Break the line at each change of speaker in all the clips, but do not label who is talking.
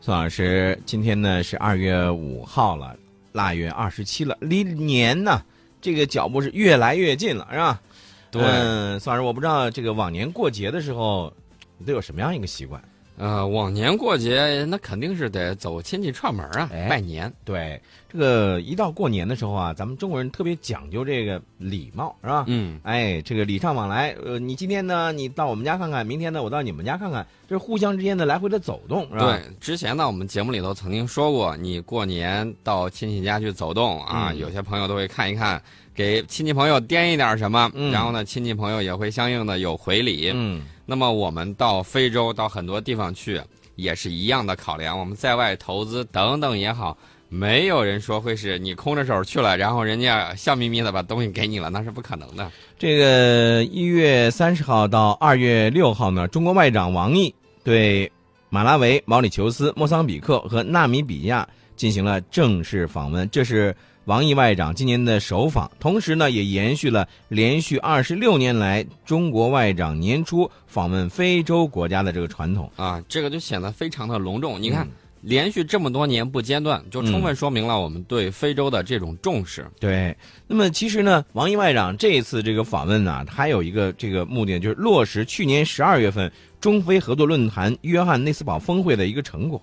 宋老师，今天呢是二月五号了，腊月二十七了，离年呢这个脚步是越来越近了，是吧？
对
嗯，宋老师，我不知道这个往年过节的时候，你都有什么样一个习惯？
呃，往年过节那肯定是得走亲戚串门啊，
哎
拜年。
对，这个一到过年的时候啊，咱们中国人特别讲究这个礼貌，是吧？
嗯，
哎，这个礼尚往来，呃，你今天呢，你到我们家看看，明天呢，我到你们家看看，这是互相之间的来回的走动，是吧？
对，之前呢，我们节目里头曾经说过，你过年到亲戚家去走动啊，
嗯
有些朋友都会看一看，给亲戚朋友掂一点什么，
嗯
然后呢，亲戚朋友也会相应的有回礼。
嗯，
那么我们到非洲，到很多地方去，也是一样的考量。我们在外投资等等也好，没有人说会是你空着手去了，然后人家笑眯眯的把东西给你了，那是不可能的。
这个一月三十号到二月六号呢，中国外长王毅对马拉维、毛里求斯、莫桑比克和纳米比亚进行了正式访问，这是王毅外长今年的首访，同时呢，也延续了连续二十六年来中国外长年初访问非洲国家的这个传统。
啊，这个就显得非常的隆重。你看，连续这么多年不间断，就充分说明了我们对非洲的这种重视。
对，那么其实呢，王毅外长这一次这个访问呢、他还有一个这个目的，就是落实去年十二月份中非合作论坛约翰内斯堡峰会的一个成果。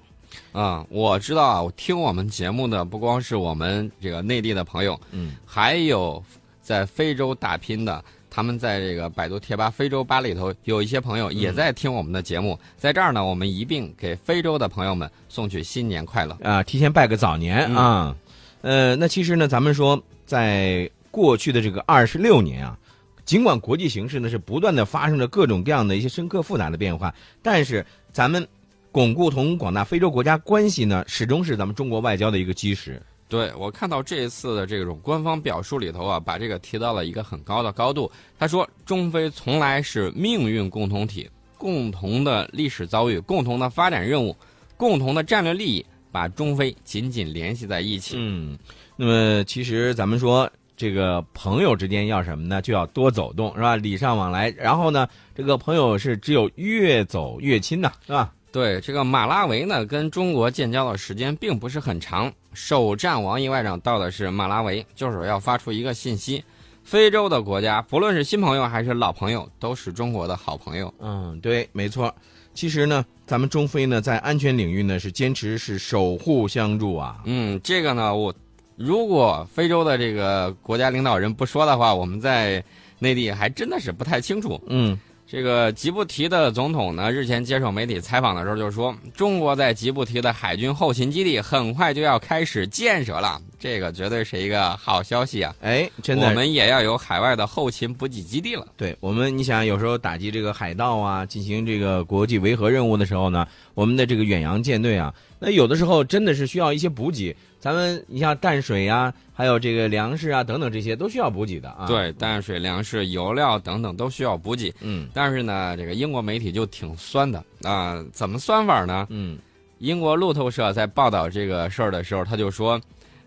啊，我知道啊，我听我们节目的不光是我们这个内地的朋友，
嗯，
还有在非洲打拼的。他们在这个百度贴吧“非洲吧”里头，有一些朋友也在听我们的节目，在这儿呢，我们一并给非洲的朋友们送去新年快乐。
啊、提前拜个早年
嗯
啊。呃，那其实呢，咱们说，在过去的这个二十六年啊，尽管国际形势呢是不断的发生着各种各样的一些深刻复杂的变化，但是咱们巩固同广大非洲国家关系呢，始终是咱们中国外交的一个基石。
对我看到这一次的这种官方表述里头啊，把这个提到了一个很高的高度。他说，中非从来是命运共同体，共同的历史遭遇、共同的发展任务、共同的战略利益，把中非紧紧联系在一起。
嗯，那么其实咱们说这个朋友之间要什么呢？就要多走动，是吧？礼尚往来。然后呢，这个朋友是只有越走越亲呐、是吧？
对这个马拉维呢，跟中国建交的时间并不是很长。首战王毅外长到的是马拉维，就是要发出一个信息：非洲的国家，不论是新朋友还是老朋友，都是中国的好朋友。
嗯，对，没错。其实呢，咱们中非呢，在安全领域呢是坚持是守护相助啊。
嗯，这个呢，我如果非洲的这个国家领导人不说的话，我们在内地还真的是不太清楚。
嗯，
这个吉布提的总统呢，日前接受媒体采访的时候就说，中国在吉布提的海军后勤基地很快就要开始建设了，这个绝对是一个好消息啊！
哎， 真
我
的，
们也要有海外的后勤补给基地了。
对我们，你想有时候打击这个海盗啊，进行这个国际维和任务的时候呢，我们的这个远洋舰队啊，那有的时候真的是需要一些补给。咱们你像淡水啊，还有这个粮食啊等等这些都需要补给的啊。，
对，淡水、粮食、油料等等都需要补给，
嗯
但是呢，这个英国媒体就挺酸的啊、怎么酸法呢？
嗯
英国路透社在报道这个事儿的时候，他就说，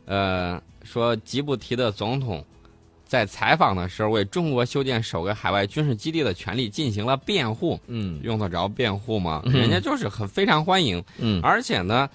呃，说吉布提的总统在采访的时候为中国修建首个海外军事基地的权利进行了辩护，
嗯
用得着辩护吗？
嗯
人家就是很非常欢迎，
嗯，
而且呢，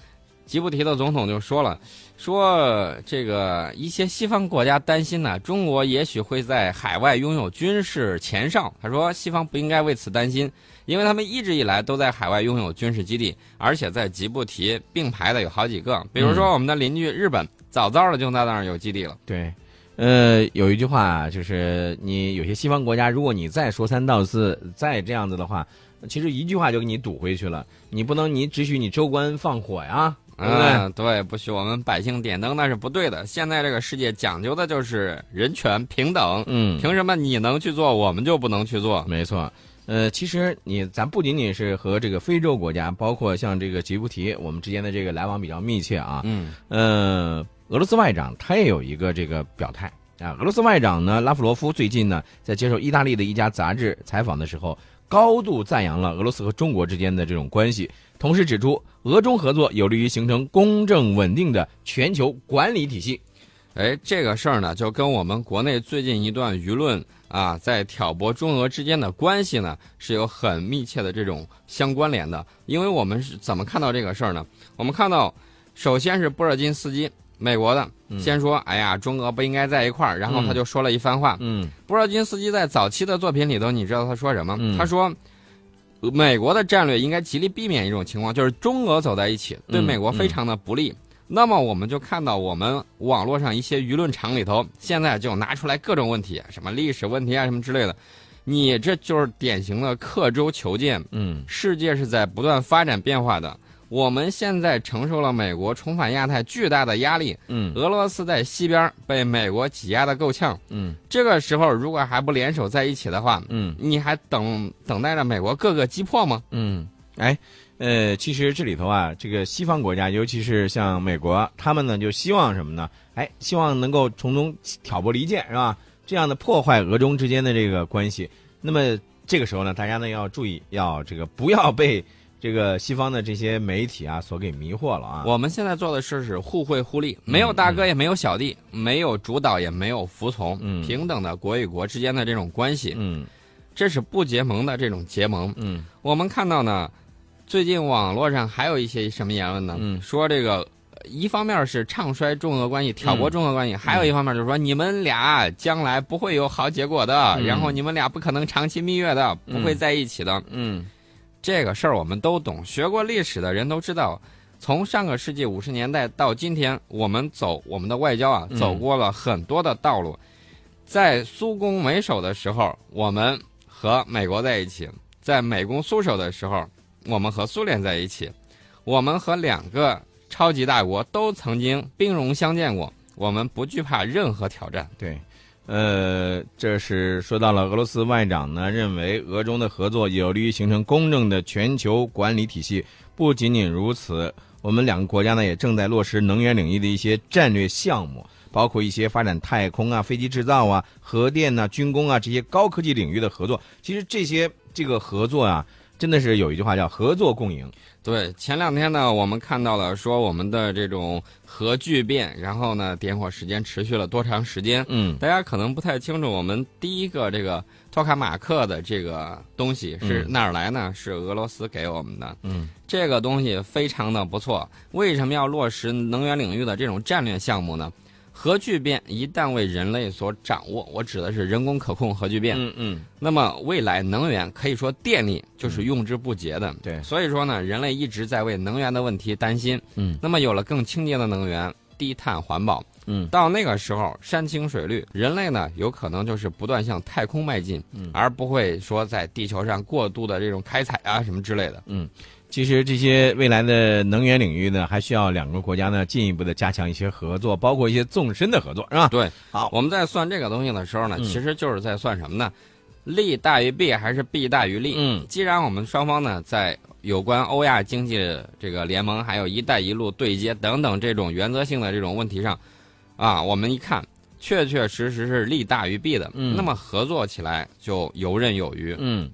吉布提的总统就说了，说这个一些西方国家担心呢、中国也许会在海外拥有军事前哨。他说，西方不应该为此担心，因为他们一直以来都在海外拥有军事基地，而且在吉布提并排的有好几个，比如说我们的邻居日本，早早的就在那儿有基地了。
对。呃，有一句话啊就是，你有些西方国家，如果你再说三道四，再这样子的话，其实一句话就给你堵回去了。你不能，你只许你州官放火呀，对不对？
嗯，对，不许我们百姓点灯，那是不对的。现在这个世界讲究的就是人权平等，
嗯
凭什么你能去做，我们就不能去做？
没错，呃，其实你咱不仅仅是和这个非洲国家，包括像这个吉布提，我们之间的这个来往比较密切啊。
嗯。
呃，俄罗斯外长他也有一个这个表态啊。俄罗斯外长呢，拉夫罗夫最近呢，在接受意大利的一家杂志采访的时候，高度赞扬了俄罗斯和中国之间的这种关系，同时指出，俄中合作有利于形成公正稳定的全球管理体系。
哎，这个事儿呢，就跟我们国内最近一段舆论啊，在挑拨中俄之间的关系呢，是有很密切的这种相关联的。因为我们是怎么看到这个事儿呢？我们看到，首先是波尔津斯基，美国的，先说，哎呀，中俄不应该在一块儿，然后他
嗯
就说了一番话。
嗯
波尔津斯基在早期的作品里头，你知道他说什么？
嗯
他说，呃美国的战略应该极力避免一种情况，就是中俄走在一起，对
嗯
美国非常的不利。那么我们就看到，我们网络上一些舆论场里头，现在就拿出来各种问题，什么历史问题啊，什么之类的。你这就是典型的刻舟求剑，
嗯
世界是在不断发展变化的。我们现在承受了美国重返亚太巨大的压力，
嗯
俄罗斯在西边被美国挤压的够呛。
嗯
这个时候如果还不联手在一起的话，
嗯
你还等等待着美国各个击破吗？
嗯，哎，呃，其实这里头啊，这个西方国家，尤其是像美国，他们呢就希望什么呢？哎，希望能够从中挑拨离间，是吧？这样的破坏俄中之间的这个关系。那么这个时候呢，大家呢要注意，要这个不要被这个西方的这些媒体啊所给迷惑了啊。
我们现在做的事是互惠互利，没有
嗯
大哥也没有小弟，没有主导也没有服从，
嗯
平等的国与国之间的这种关系，
嗯
这是不结盟的这种结盟。
嗯
我们看到呢，最近网络上还有一些什么言论呢？
嗯
说这个。呃一方面是唱衰中俄关系，挑
嗯
拨中俄关系；还有一方面就是说，你们俩将来不会有好结果的，
嗯
然后你们俩不可能长期蜜月的，不会
嗯
在一起的。
嗯
这个事儿我们都懂，学过历史的人都知道，从上个世纪五十年代到今天，我们走我们的外交啊，
嗯
走过了很多的道路。在苏攻美守的时候，我们和美国在一起；在美攻苏守的时候，我们和苏联在一起；我们和两个超级大国都曾经兵戎相见过，我们不惧怕任何挑战。
对，呃，这是说到了俄罗斯外长呢，认为俄中的合作有利于形成公正的全球管理体系。不仅仅如此，我们两个国家呢也正在落实能源领域的一些战略项目，包括一些发展太空啊、飞机制造啊、核电呐、军工啊这些高科技领域的合作。其实这些这个合作啊，真的是有一句话叫“合作共赢
对，前两天呢，我们看到了说我们的这种核聚变，然后呢，点火时间持续了多长时间”。？
嗯
大家可能不太清楚，我们第一个这个托卡马克的这个东西是
嗯
哪儿来呢？是俄罗斯给我们的。
嗯
这个东西非常的不错。为什么要落实能源领域的这种战略项目呢？核聚变一旦为人类所掌握，我指的是人工可控核聚变。
嗯嗯，
那么未来能源可以说电力就是用之不竭的。
嗯对，
所以说呢，人类一直在为能源的问题担心。
嗯
那么有了更清洁的能源、低碳环保，
嗯
到那个时候山清水绿，人类呢有可能就是不断向太空迈进，
嗯
而不会说在地球上过度的这种开采啊什么之类的。
其实这些未来的能源领域呢，还需要两个国家呢进一步的加强一些合作，包括一些纵深的合作，是吧？
对，
好
我们在算这个东西的时候呢，
嗯
其实就是在算什么呢？利大于弊还是弊大于利？
嗯
既然我们双方呢在有关欧亚经济这个联盟，还有一带一路对接等等这种原则性的这种问题上，啊，我们一看，确确实实是利大于弊的。
嗯
那么合作起来就游刃有余。
嗯，